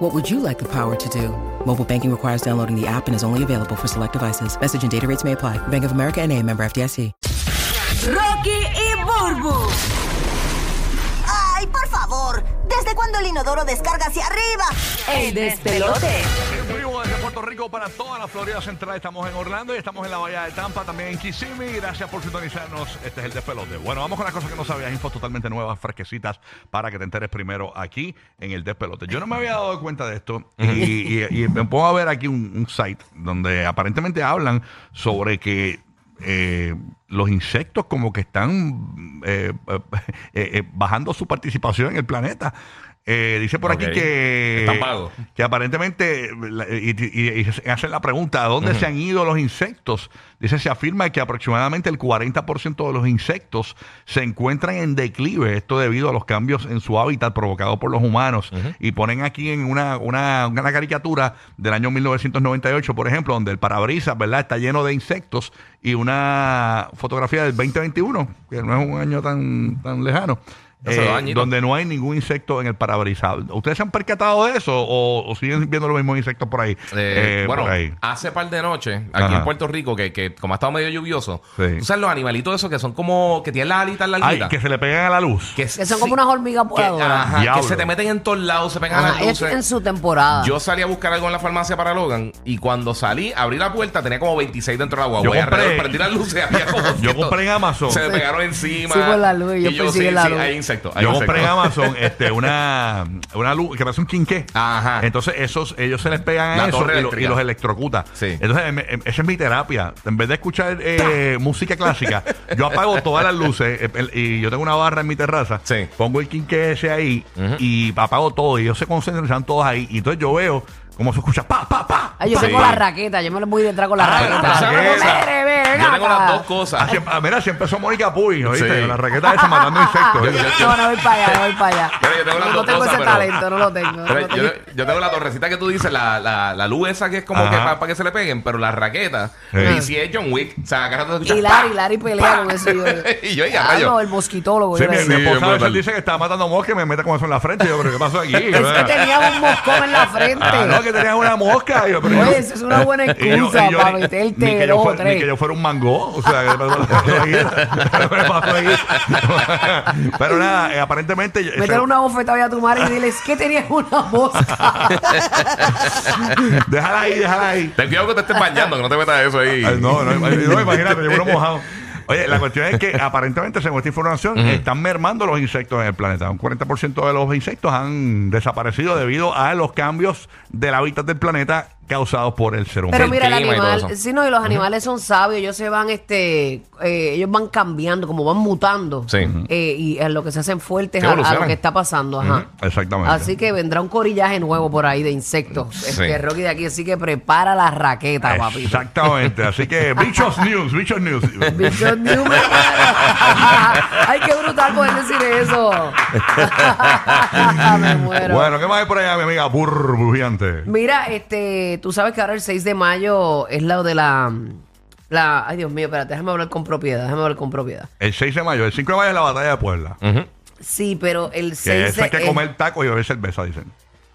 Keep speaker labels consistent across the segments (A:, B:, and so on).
A: What would you like the power to do? Mobile banking requires downloading the app and is only available for select devices. Message and data rates may apply. Bank of America and a member FDIC.
B: Rocky y Burbu.
C: ¡Ay, por favor! ¿Desde cuándo el inodoro descarga hacia arriba?
B: El despelote.
D: En vivo desde Puerto Rico para toda la Florida Central. Estamos en Orlando y estamos en la Bahía de Tampa, también en Kissimmee. Gracias por sintonizarnos. Este es el despelote. Bueno, vamos con las cosas que no sabías, infos totalmente nuevas, fresquecitas, para que te enteres primero aquí en el despelote. Yo no me había dado cuenta de esto y, y- y me pongo a ver aquí un, un site donde aparentemente hablan sobre que eh, los insectos como que están eh, eh, eh, bajando su participación en el planeta. Eh, dice por
E: Ok.
D: aquí que
E: Están vagos.
D: que aparentemente, la- y, y- y hacen la pregunta, ¿a dónde se han ido los insectos? Dice, se afirma que aproximadamente el 40% de los insectos se encuentran en declive, esto debido a los cambios en su hábitat provocados por los humanos. Y ponen aquí en una, una, una caricatura del año 1998, por ejemplo, donde el parabrisas, ¿verdad?, está lleno de insectos y una fotografía del 2021, que no es un año tan, tan lejano.
E: Hace dos
D: eh,
E: añitos.
D: donde no hay ningún insecto en el parabrisas. ¿Ustedes se han percatado de eso o, o siguen viendo los mismos insectos por ahí?
E: Eh,
D: Eh,
E: bueno,
D: por ahí.
E: hace par de noches, aquí
D: Ajá.
E: en Puerto Rico, que, que como ha estado medio lluvioso,
D: Sí.
E: tú sabes los animalitos esos que son como, que tienen las alitas
D: Ay,
E: larguitas.
D: que se le pegan a la luz.
E: que,
B: Que son como unas hormigas
E: que,
B: voladoras.
E: ajá, que
D: Diablo.
E: se te meten en todos lados, se pegan a
B: Ajá,
E: las
B: ellos tienen
E: luces.
B: su temporada.
E: Yo salí a buscar algo en la farmacia para Logan y cuando salí, abrí la puerta, tenía como 26 dentro de la guagua.
D: Yo compré-
E: Alrededor, prendí las luces, había como
D: Yo
E: 200.
D: compré en Amazon.
E: Se me pegaron encima.
B: Sí, por la luz, yo
E: y yo,
B: persigue
E: sí,
B: la
E: sí,
B: luz.
E: hay insectos. hay
D: Yo compré en
E: insectos.
D: Amazon este, una, una luz que parece un quinqué.
E: Ajá.
D: Entonces, esos, ellos se les pegan a
E: La
D: eso
E: torre
D: y, lo-
E: eléctrica.
D: y los electrocuta.
E: Sí.
D: Entonces, em- em- esa es mi terapia. En vez de escuchar eh, música clásica, yo apago todas las luces eh, el- y yo tengo una barra en mi terraza.
E: Sí.
D: Pongo el quinqué ese ahí y apago todo. Y ellos se concentran, están todos ahí. Y entonces yo veo cómo se escucha pa, pa, pa.
B: Ay, yo
D: pa,
B: tengo
D: pa.
B: la raqueta, yo me lo voy detrás con la
D: Ah,
E: Pero,
B: raqueta.
E: ¿tú sabes una cosa?
B: Mire, mire,
E: Yo tengo las
B: acá.
E: dos cosas.
D: Así- ah, mira, si empezó Mónica Puy, ¿oíste?
E: Sí.
D: La raqueta esa matando insectos. ¿oíste?
B: No, no voy para allá, voy para allá.
E: Mira, yo tengo las
B: no
E: dos
B: tengo
E: cosas,
B: ese
E: pero-
B: talento, no lo tengo. no
E: Ah, Pero
B: lo
E: yo,
B: tengo.
E: yo tengo la torrecita que tú dices, la, la, la luz esa que es como
D: Ajá.
E: que para que se le peguen, pero las raquetas.
D: Sí.
E: Y si es John Wick, o sea, agarra todo
B: Y Larry, Larry pelea con eso. Yo,
E: Y yo, y a
B: Ah,
E: rayo.
B: no, el mosquitólogo.
D: Sí,
B: yo
D: mi,
B: era
D: mi
E: Sí,
B: ese.
E: es
D: esposa a veces
E: brutal.
D: dice que estaba matando mosca y me mete con eso en la frente. Y yo, pero ¿qué pasó aquí?
B: es que tenía un moscón en la frente.
D: Ah, no, que tenías una mosca. Y yo, pero
B: Oye,
D: yo-
B: eso es una buena
D: y yo-
B: excusa
D: y yo
B: para
D: ni- ni
B: meterte
D: que yo
B: dos o
D: fuera- Ni que
B: tres.
D: yo fuera un mango. O sea, que me pasó ahí. Me pasó ahí. Pero nada, eh, aparentemente. yo-
B: Meter
D: eso-
B: una bofetada a tu madre y diles que tenías una mosca.
D: Déjala ahí, déjala ahí.
E: Ten cuidado que te estés bañando, que no te metas eso ahí.
D: Ay, No, no, no, imagínate, yo uno mojado. Oye, la cuestión es que aparentemente, según esta información, están mermando los insectos en el planeta. Un 40% de los insectos han desaparecido debido a los cambios del hábitat del planeta causados por el ser humano.
B: Pero
E: El
B: mira, el
E: clima y todo
B: animal,
E: eso.
B: sí, no, y los animales son sabios, ellos se van, este, eh, ellos van cambiando, como van mutando.
E: Sí.
B: Eh, y a lo que se hacen fuertes
E: Que
B: a, a lo
E: evolucionan.
B: que está pasando, ajá.
D: Exactamente.
B: Así que vendrá un corillaje nuevo por ahí de insectos.
E: Sí.
B: Este Rocky de aquí, así que prepara la raqueta, papito.
D: Exactamente. Así que, bichos news, bichos news.
B: Bicho Newman. Ay, qué brutal poder decir eso. Me muero.
D: Bueno, ¿qué más hay por allá, mi amiga burbujeante?
B: Mira, este, tú sabes que ahora el 6 de mayo es la de la, la ay Dios mío, espérate, déjame hablar con propiedad, déjame hablar con propiedad.
D: El 6 de mayo, el 5 de mayo es la batalla de Puebla.
B: Sí, pero el
D: Que
B: 6
D: esa hay
B: de
D: que
B: el,
D: comer taco y beber cerveza, dicen.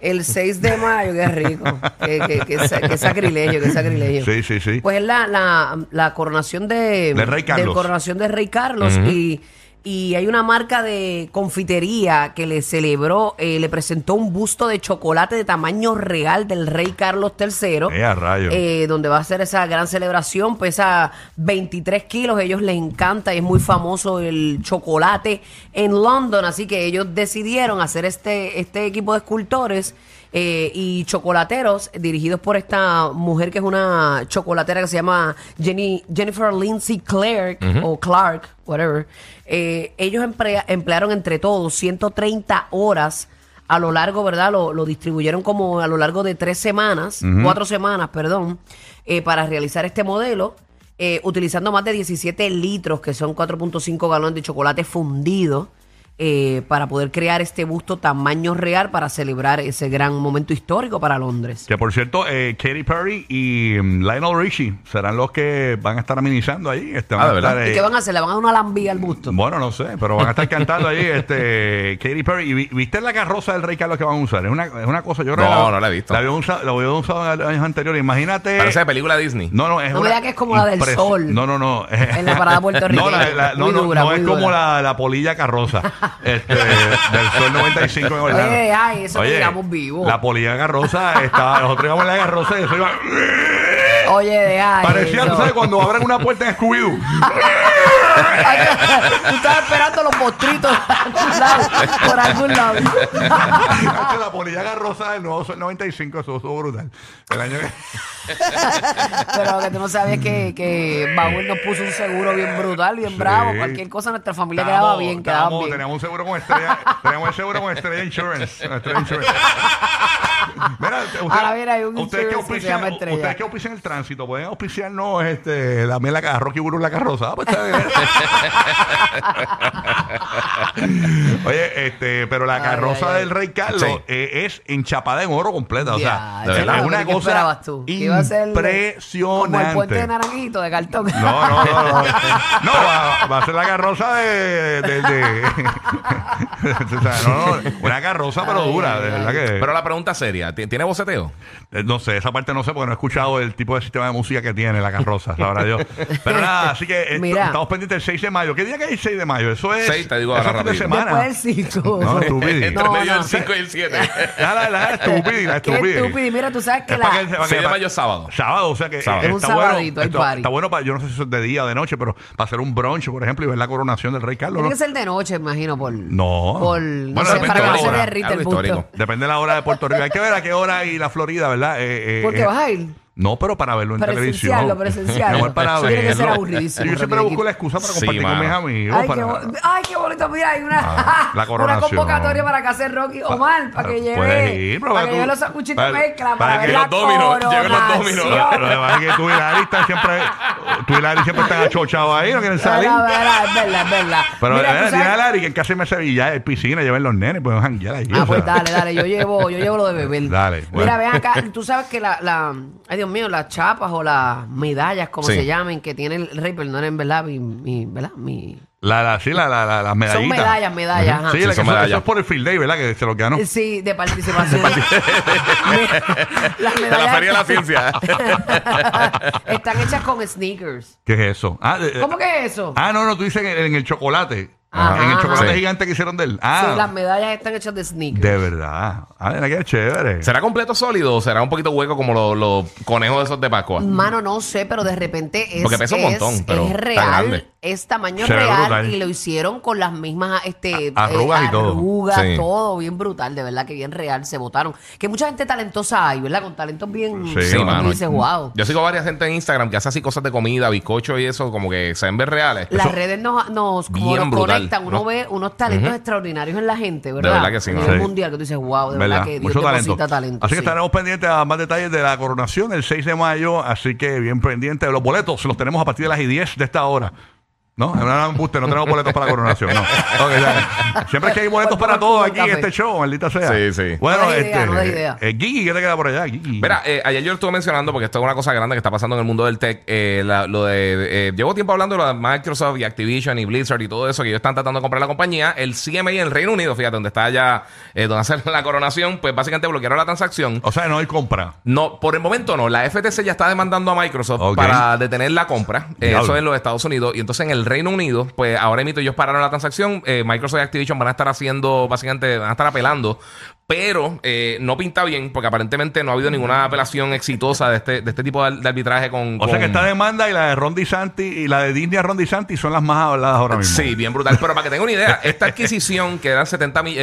B: el 6 de mayo, qué rico. qué, qué- qué sa- qué sacrilegio, qué sacrilegio.
D: Sí, sí, sí.
B: Pues es la, la, la coronación de,
D: Del Rey Carlos.
B: del coronación de Rey Carlos y, y hay una marca de confitería que le celebró, eh, le presentó un busto de chocolate de tamaño real del Rey Carlos III.
D: Eh, a rayo.
B: eh, donde va a ser esa gran celebración, pesa 23 kilos, a ellos les encanta y es muy famoso el chocolate en London, así que ellos decidieron hacer este, este equipo de escultores eh, y chocolateros dirigidos por esta mujer que es una chocolatera que se llama Jenny, Jennifer Lindsay Clark o Clark, whatever. Eh, ellos emplea- emplearon entre todos 130 horas a lo largo, ¿verdad? Lo, lo distribuyeron como a lo largo de tres semanas, cuatro semanas, perdón, eh, para realizar este modelo. eh, utilizando más de 17 litros, que son 4.5 galones de chocolate fundido, eh, para poder crear este busto tamaño real para celebrar ese gran momento histórico para Londres.
D: Que por cierto, eh, Katy Perry y mm, Lionel Richie serán los que van a estar amenizando ahí. Este, van
E: Ah,
D: a
E: ¿de
D: estar,
E: verdad?
B: ¿Y
D: eh,
B: qué van a hacer? ¿Le van a dar una lambía al busto?
D: Bueno, no sé, pero van a estar cantando ahí este, Katy Perry. ¿Y vi- viste la carroza del Rey Carlos que van a usar? Es una, es una cosa, yo creo que
E: No, no la he visto.
D: La había usado, la había usado en los años anteriores. Imagínate.
E: Parece de película Disney.
D: No, no, es
B: No me
D: una
B: diga que es como la del
D: impresi-
B: sol.
D: No, no, no.
B: En la parada puertorriqueña.
D: No, la- la- no,
B: Muy
D: no,
B: dura,
D: no
B: muy
D: es
B: dura.
D: como la, la polilla carroza este, del sol 95 en Orlando.
B: Oye, ay, eso que digamos vivo.
D: La polilla carroza estaba. Nosotros íbamos en la carroza y eso iba.
B: Oye, deja
D: Parecía,
B: eso.
D: tú sabes, cuando abren una puerta en Scooby-Doo.
B: Tú estabas esperando los postritos tú sabes, por algún lado.
D: Hacho, la polilla carroza del nuevo sol 95, eso estuvo brutal. El año que.
B: Pero lo que tú no sabías es que, que Bauer nos puso un seguro bien brutal, bien
D: Sí.
B: bravo. Cualquier cosa, nuestra familia quedaba
D: Estábamos-
B: bien,
D: estábamos-
B: quedaba bien.
D: Teníamos un seguro con estrella. teníamos el seguro con estrella insurance. con Estrella Insurance. Mira, usted-
B: Ahora viene, hay un
D: ustedes que
B: insurance que se
D: auspician-
B: llama Estrella.
D: Ustedes que auspician el tránsito, pueden auspiciarnos este, la miel, la ca- Rocky Burú, la carroza. Ah, pues está bien. Oye, este, pero la
B: Ay,
D: carroza
B: ay, ay.
D: del Rey Carlos
E: Sí.
D: eh, es enchapada en oro completa. O sea,
B: Ya, chela,
D: es
B: ¿qué
D: una cosa
B: esperabas tú? Que iba a ser Como el puente de
D: impresionante.
B: Naranjito de cartón.
D: No, no, no. No, No, va, va a ser la carroza de. de, de- o sea, no, no, una carroza, pero dura, de verdad que.
E: Pero la pregunta seria, ¿ti- ¿tiene boceteo?
D: Eh, No sé, esa parte no sé porque no he escuchado el tipo de sistema de música que tiene la carroza, sabrá Dios. Pero nada, así que esto-
B: Mira.
D: estamos pendientes del 6 de mayo. ¿Qué día que hay el 6 de mayo? Eso es.
E: Seis, te digo
D: eso
E: ahora
D: es fin de
E: rapidito.
D: semana.
B: Después del 5.
D: No, estúpido.
E: Entre
B: No,
E: medio
B: no.
E: del 5 y el 7.
D: Ya la, la estúpida, la
B: Qué
D: estúpida.
B: estúpido. Y Mira, tú sabes que
D: Es para
B: la...
D: que- para que-
E: 6 de
D: para-
E: mayo es sábado.
D: Sábado, o sea que
E: Sábado.
D: eh,
B: Es un
D: está bueno,
B: sabadito, hay
D: está-
B: party.
D: está bueno para, yo no sé si eso es de día o de noche, pero para hacer un brunch, por ejemplo, y ver la coronación del rey Carlos.
B: Tiene
D: ¿no?
B: que ser de noche, imagino, por...
D: No.
B: Por, no
E: Bueno,
B: sé,
E: depende
B: para que
E: de
B: no
E: la
B: se
E: hora,
B: derrita el
E: algo
B: busto.
E: histórico.
D: Depende de la hora de Puerto Rico. Hay que ver a qué hora y la Florida, ¿verdad? Eh, eh,
B: Porque
D: eh,
B: vas a ir.
D: No, pero para verlo en televisión.
B: Presenciarlo, presenciarlo.
D: Mejor para
B: Tiene que ser
D: verlo.
B: aburridísimo,
D: Yo siempre busco
B: Ricky.
D: la excusa para
E: Sí,
D: compartir con
E: mano.
D: mis amigos.
B: Ay, qué
D: para-
B: bo- ay, qué bonito. Mira, hay una,
D: Ah, la
B: una
D: coronación.
B: convocatoria para que hacer Rocky Omar, para que
D: Puedes
B: lleve,
D: ir, pero
B: para
D: tú-
B: que lleve los sacuchitos
D: para-
B: mezcla, para,
D: para que
B: ver
E: los
B: la
E: dominos, lleve los dominos.
D: Lo
B: coronación.
D: lo que pasa es que tú y Larry están siempre, tú y Larry siempre están achochados ahí, no quieren salir.
B: Verá, verá, Es verdad, es verdad.
D: Pero eh,
B: Mira, tú
D: dile a
B: sabes-
D: Larry que en casa me Sevilla hay piscina, lleven los nenes, pueden janguear ahí.
B: Ah,
D: o
B: pues
D: sea.
B: dale, dale, yo llevo, yo llevo lo de beber.
D: Dale, bueno.
B: Mira, ven acá, tú sabes que la, la, ay Dios mío, las chapas o las medallas, como
E: Sí.
B: se llamen, que tiene el rey, perdón, en verdad, mi, mi- ¿verdad? Mi,
D: La, la, sí, la, la, la, las medallitas.
B: medallas, medallas, ajá.
D: Sí,
E: Sí,
D: la que
E: son
D: son-
E: medallas.
D: eso es por el field day, ¿verdad? Que se lo ganó.
B: Sí, de participación. las
E: De la
B: medallas
E: Feria de la Ciencia.
B: están hechas con sneakers.
D: ¿Qué es eso? Ah, de-
B: ¿Cómo que es eso?
D: Ah, no, no, tú dices en, en el chocolate.
B: Ajá,
D: en el chocolate
E: ajá.
D: gigante que hicieron de él. Ah,
B: Sí, las medallas están hechas de sneakers.
D: de verdad. Ah, mira qué chévere.
E: ¿Será completo sólido o será un poquito hueco como los, los conejos esos de Pascua?
B: Mano, no sé, pero de repente es,
E: Porque pesa un
B: es-
E: montón, pero
B: es
E: está
B: real,
E: grande.
B: es tamaño
D: Se ve
B: real
D: brutal.
B: y lo hicieron con las mismas este,
D: A- arrugas y todo.
B: arrugas,
E: Sí.
B: todo bien brutal, de verdad que bien real, se votaron. Que mucha gente talentosa hay, ¿verdad? Con talentos bien...
D: Sí,
E: Sí,
D: Yo
E: mano.
B: Dices, wow.
E: Yo sigo varias gente en Instagram que hace así cosas de comida, bizcocho y eso, como que se ven ver reales.
B: Las
E: Eso-
B: redes nos, nos, como
E: Bien
B: nos
E: brutal,
B: conectan, uno
E: ¿no?
B: ve unos talentos extraordinarios en la gente, ¿verdad?
E: verdad que sí,
B: A
E: mano.
B: nivel
D: Sí.
B: mundial, que tú dices, wow, de verdad, que Dios
D: Mucho talento.
B: deposita talento.
D: Así que
B: sí.
D: estaremos pendientes a más detalles de la coronación el 6 de mayo. Así que bien pendientes. Los boletos los tenemos a partir de las y 10 de esta hora. No, no, no, embuste, no tenemos boletos para la coronación. No. Ok, dale. Siempre que hay boletos para todos aquí en este show, maldita sea.
E: Sí, sí.
D: Bueno,
B: No des idea,
D: este,
B: no des idea.
D: eh, Gigi, ¿qué te queda por allá? Gigi.
E: Mira, eh, ayer yo estuve mencionando, porque esto es una cosa grande que está pasando en el mundo del tech, eh, la- lo de, eh, llevo tiempo hablando de lo de Microsoft y Activision y Blizzard y todo eso, que ellos están tratando de comprar la compañía, el CMA en el Reino Unido, fíjate, donde está allá, eh, donde hacen la coronación, pues básicamente bloquearon la transacción.
D: O sea, no hay compra.
E: No, por el momento no. La FTC ya está demandando a Microsoft
D: Ok.
E: para detener la compra. Eh,
D: Diablo.
E: eso en los Estados Unidos. Y entonces en el Reino Unido, pues ahora mismo ellos pararon la transacción. Eh, Microsoft y Activision van a estar haciendo, básicamente, van a estar apelando. Pero eh, no pinta bien, porque aparentemente no ha habido ninguna apelación exitosa de este, de este tipo de, al- de arbitraje con.
D: O sea que
E: con-
D: esta demanda y la de Ron Santi y la de Disney a Ron Santi son las más habladas ahora mismo.
E: Sí, bien brutal. Pero para que tengan una idea, esta adquisición, que eran 70 mil,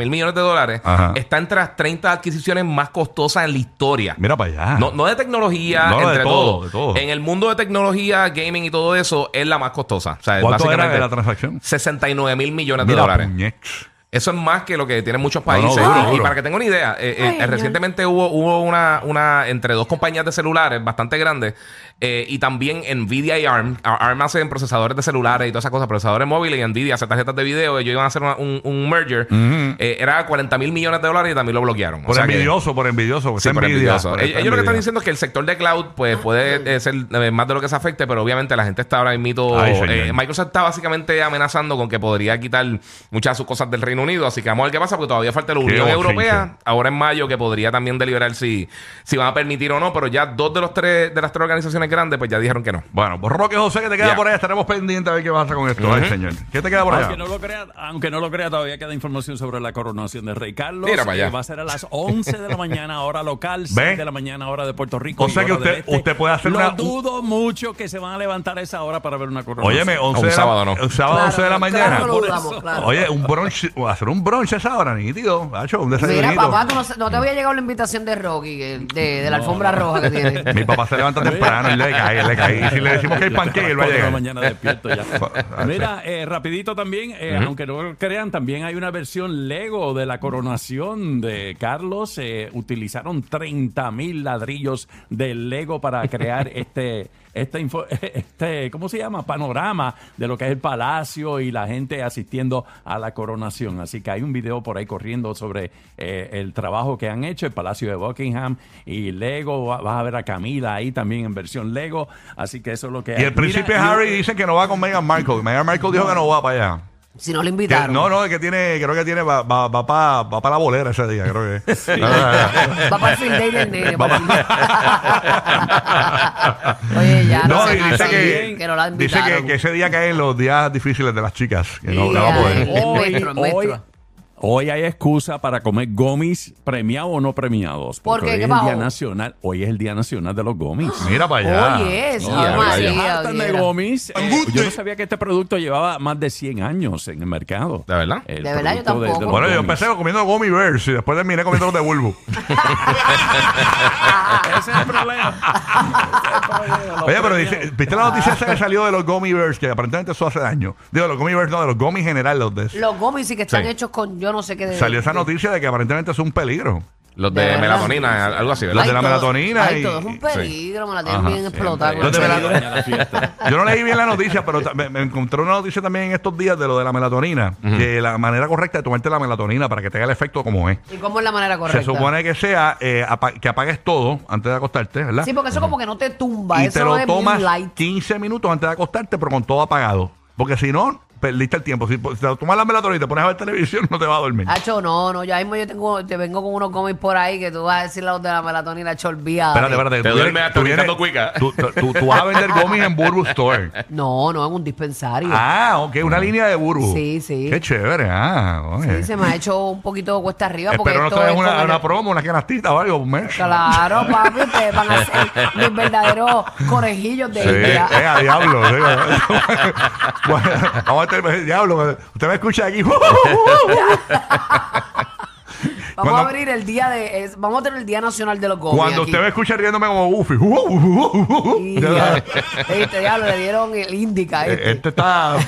E: mil millones de dólares,
D: Ajá.
E: está entre las 30 adquisiciones más costosas en la historia.
D: Mira para allá.
E: No, no de tecnología,
D: Ah. No, de
E: entre
D: todo,
E: todo,
D: de todo.
E: En el mundo de tecnología, gaming y todo eso, es la más costosa. O sea,
D: ¿Cuánto era
E: básicamente
D: de la transacción?
E: 69 mil millones de
D: Mira,
E: dólares.
D: puñex.
E: Eso es más que lo que tienen muchos
D: No, no,
E: países.
D: duro,
E: y,
D: duro.
E: para que tengan una eh, idea, eh, eh, recientemente hubo, hubo una, una entre dos compañías de celulares bastante grandes Eh, y también Nvidia y ARM. A- ARM hacen procesadores de celulares y todas esas cosas, procesadores móviles y Nvidia hace tarjetas de video. Ellos iban a hacer una- un, un merger. Eh, era 40 mil millones de dólares y también lo bloquearon. O
D: Por
E: sea que-
D: envidioso, por envidioso. porque
E: Sí,
D: está
E: por
D: envidia,
E: envidioso.
D: por
E: Ell-
D: esta
E: Pues Ellos lo que están
D: envidia.
E: diciendo es que el sector de cloud pues puede eh, ser eh, más de lo que se afecte, pero obviamente la gente está ahora mismo.
D: Ay, señor.
E: eh, Microsoft está básicamente amenazando con que podría quitar muchas de sus cosas del Reino Unido. Así que vamos a ver qué pasa, porque todavía falta la
D: Qué
E: Unión Europea,
D: bochinche.
E: ahora en mayo, que podría también deliberar si, si van a permitir o no, pero ya dos de los tres de las tres organizaciones grandes, pues ya dijeron que no.
D: Bueno, pues Roque José, que te queda
E: Ya.
D: por allá? Estaremos pendientes a ver qué pasa con esto. Ay, señor. ¿Qué te queda por allá?
F: Aunque no, lo crea, aunque no lo crea, todavía queda información sobre la coronación de Rey Carlos.
E: Mira para
F: Eh,
E: allá.
F: Va a ser a las 11 de la mañana, hora local, 6
D: ¿Ve?
F: de la mañana, hora de Puerto Rico.
D: O
F: y
D: sea que
F: hora del Este.
D: usted- usted puede hacer
F: lo
D: una-
F: dudo mucho que se van a levantar a esa hora para ver una coronación.
D: Óyeme, 11
E: Ah, un
D: de la-
E: sábado, ¿no?
D: un sábado 11 de la mañana.
B: Claro, lo
F: Por
B: dudamos,
F: eso.
B: claro.
D: Oye, un brunch, o hacer un brunch a esa hora, nítido. Hacho, un desayunito.
B: Mira, papá, tú no, no te había llegado la invitación de Rocky, que- de, de la alfombra roja que tiene.
D: Mi papá se levanta temprano y le cae, le cae. Y si le decimos que hay panqueque, él va a
F: Cuatro de la
D: llegar.
F: mañana despierto
D: Ah,
F: ya. Mira, eh, rapidito también, eh, aunque no lo crean, también hay una versión Lego de la coronación de Carlos. Eh, utilizaron 30 mil ladrillos de Lego para crear este... Este, info- este, ¿cómo se llama? Panorama de lo que es el palacio y la gente asistiendo a la coronación. Así que hay un video por ahí corriendo sobre eh, el trabajo que han hecho, el Palacio de Buckingham y Lego. Va- Vas a ver a Camila ahí también en versión Lego. Así que eso es lo que
D: Y el
F: Mira,
D: príncipe
F: y-
D: Harry dice que no va con Meghan Markle. Meghan Markle dijo que no va para allá.
B: Si no lo
D: Que-
B: invitaron.
D: no, no, es que tiene, creo que tiene, va, va, va para va pa la bolera ese día, creo que. Ah,
B: Va para el field day del nene.
D: Va
B: para el field day. Oye, ya
D: No,
B: no,
D: y
B: sean
D: dice
B: así,
D: que,
B: que no la
D: dice
B: invitaron.
D: que, que ese día caen los días difíciles de las chicas. Que no,
B: Sí,
D: la va a poder.
B: ay. Es nuestro, es
F: hoy,
B: nuestro.
F: hoy hay excusa para comer gomis, premiados o no premiados.
B: ¿Por qué?
F: Porque hoy
B: ¿Qué
F: es el Día
B: pasó?
F: Nacional. Hoy es el Día Nacional de los gomis.
D: Mira para allá.
B: Oye,
E: No,
B: sí,
E: ya,
B: María,
E: ya.
F: Hartan de
B: Diera.
F: gomis. Eh, yo no sabía que este producto llevaba más de 100 años en el mercado.
E: ¿De verdad?
F: El
B: De verdad, yo
F: producto
B: tampoco.
F: los
D: Bueno, yo
F: gomis.
D: empecé comiendo Gummy Bears y después terminé comiendo los de Bulbo.
F: Ah. Ese es el problema. Ese es el problema.
D: Oye, pero dice, ¿viste la noticia esa que salió de los Gummy Bears? Que aparentemente eso hace daño. Digo, los Gummy Bears no, de los Gummy General, los de
B: Los gomis sí que están
E: Sí.
B: hechos con yo no sé qué. de-
D: Salió esa noticia de que aparentemente es un peligro.
E: Los de,
B: De verdad.
E: melatonina, algo así, ¿verdad?
D: Los de la
B: todo-
D: melatonina
B: Ay,
D: y-
B: todo es un peligro, me la tienen
D: Ajá,
B: bien explotada.
F: siempre.
D: Los
B: con
D: de
B: el
D: mela-
B: peligro.
F: Mañana la fiesta.
D: Yo no leí bien la noticia, pero ta- me, me encontré una noticia también en estos días de lo de la melatonina. Que la manera correcta de tomarte la melatonina para que tenga el efecto como es.
B: ¿Y cómo es la manera correcta?
D: Se supone que sea eh, apa- que apagues todo antes de acostarte, ¿verdad?
B: Sí, porque eso como que no te tumba.
D: y
B: eso
D: te lo
B: es bien
D: tomas
B: light.
D: 15 minutos antes de acostarte, pero con todo apagado. Porque si no, perdiste el tiempo. Si po- si te tomas la melatonina y te pones a ver televisión, no te vas a dormir.
B: Hacho, no, no, ya mismo yo tengo, te vengo con unos gomis por ahí que tú vas a decir los de la melatonina, hacho, olvídate.
D: Espérate, espérate.
E: Te
D: tú
E: duermes
D: vienes-
E: hasta
D: tú vienes-
E: brincando cuica.
D: Tú, tú- tú- tú vas a vender gomis en Burbu Store.
B: No, no, en un dispensario.
D: Ah, ok, una línea de Burbu.
B: Sí, sí.
D: Qué chévere. Ah, oye.
B: Sí, se me ha hecho un poquito cuesta arriba porque
D: Espero no
B: esto
D: traes
B: es
D: una,
B: como
D: una
B: que-
D: promo, una canastita o algo. un merch.
B: Claro, papi, ustedes van a ser mis verdaderos conejillos de
D: Sí,
B: India.
D: eh, a diablo. sí. Bueno, vamos a tener diablo. Usted me escucha aquí.
B: Vamos
D: cuando-
B: a abrir el día de, es- vamos a tener el día nacional de los gomis.
D: Cuando
B: aquí.
D: usted me escucha riéndome como Buffy.
B: Y ya, este diablo le dieron el índica.
D: Eh,
B: Este.
D: Este está.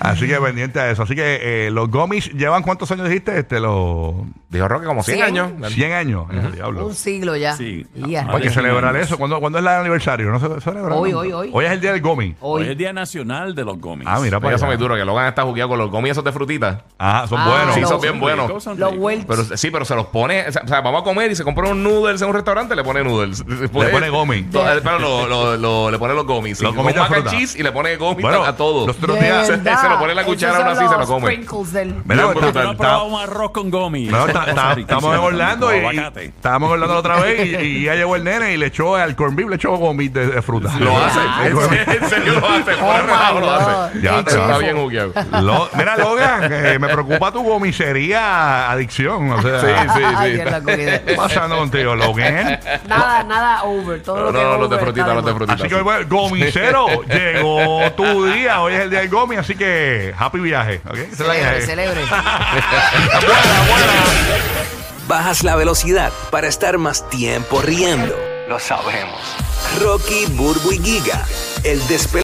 D: Así que pendiente a eso. Así que eh, los gomis llevan cuántos años dijiste? Este, los
E: Dijo Roque como 100,
B: Cien.
E: años.
D: 100 años. Eh, diablo.
B: Un siglo ya.
F: Sí.
B: Y ya.
F: Ah,
D: Hay que
F: Dios
D: celebrar
F: mío.
D: eso. ¿Cuándo, cuándo es el aniversario? ¿No se celebra?
B: Hoy,
D: ¿no?
B: hoy, hoy.
D: Hoy es el día del gomi.
F: Hoy es
B: Hoy.
F: el Día Nacional de los gomis.
D: Ah, mira, para
E: Eso
D: allá.
E: me duro, que Logan está jugueado con los gomis esos de frutitas.
D: Ah, son
B: Ah,
D: buenos.
E: Sí,
B: no.
E: son bien buenos.
F: Ricos, son
B: Los
F: ricos.
B: welts.
E: Pero sí, pero se los pone, o sea, o sea, vamos a comer y se compra un noodles en un restaurante, le pone noodles. Le
D: pone gomis.
E: To- eh, Pero lo, lo- lo- le pone los gomis. sí.
D: Los gomis de
E: Con mac and
D: fruta.
E: cheese y le pone gomis
D: Bueno,
E: a- a todo.
D: los
B: De
D: otros días se-
B: verdad.
E: se lo pone en la
B: Esos
E: cuchara,
B: son
E: aún así se lo
B: los
E: come.
B: sprinkles del-
D: Mira,
E: Bien
D: está-
F: Yo no he
E: brutal.
D: está-
F: probado un arroz con gomis.
D: No, ta- ta- estamos en Orlando y,
F: Con
D: y-
F: aguacate.
D: estábamos en Orlando la otra vez y, y ya llegó el nene y le echó al corn beef, le echó gomis de, de fruta.
E: Lo hace.
D: Ah,
E: En
D: gomis.
E: serio, en serio lo hace.
B: Oh,
E: Fuera de relajo,
B: my
E: lo hace.
B: God.
D: Ya,
B: Qué
D: te-
E: Está
B: chefo.
E: bien jugueado.
D: Lo- mira, Logan, eh, me preocupa tu gomisería adicción. O sea,
E: Sí, sí,
B: Ay,
E: sí.
B: en la comida.
D: ¿Qué está pasando contigo, Logan?
B: Nada, nada over. Todo
E: No,
B: lo que
E: no,
B: over
E: los de
B: está
E: frutita, los de
B: mal.
E: frutita.
D: Así que, hoy, bueno, gomicero, llegó tu día. Hoy es el día del gomi, así que happy viaje. ¿ok? Esa es la idea.
B: Celebre, celebre.
G: Bajas la velocidad para estar más tiempo riendo. Lo sabemos. Rocky, Burbu y Giga, el despelote.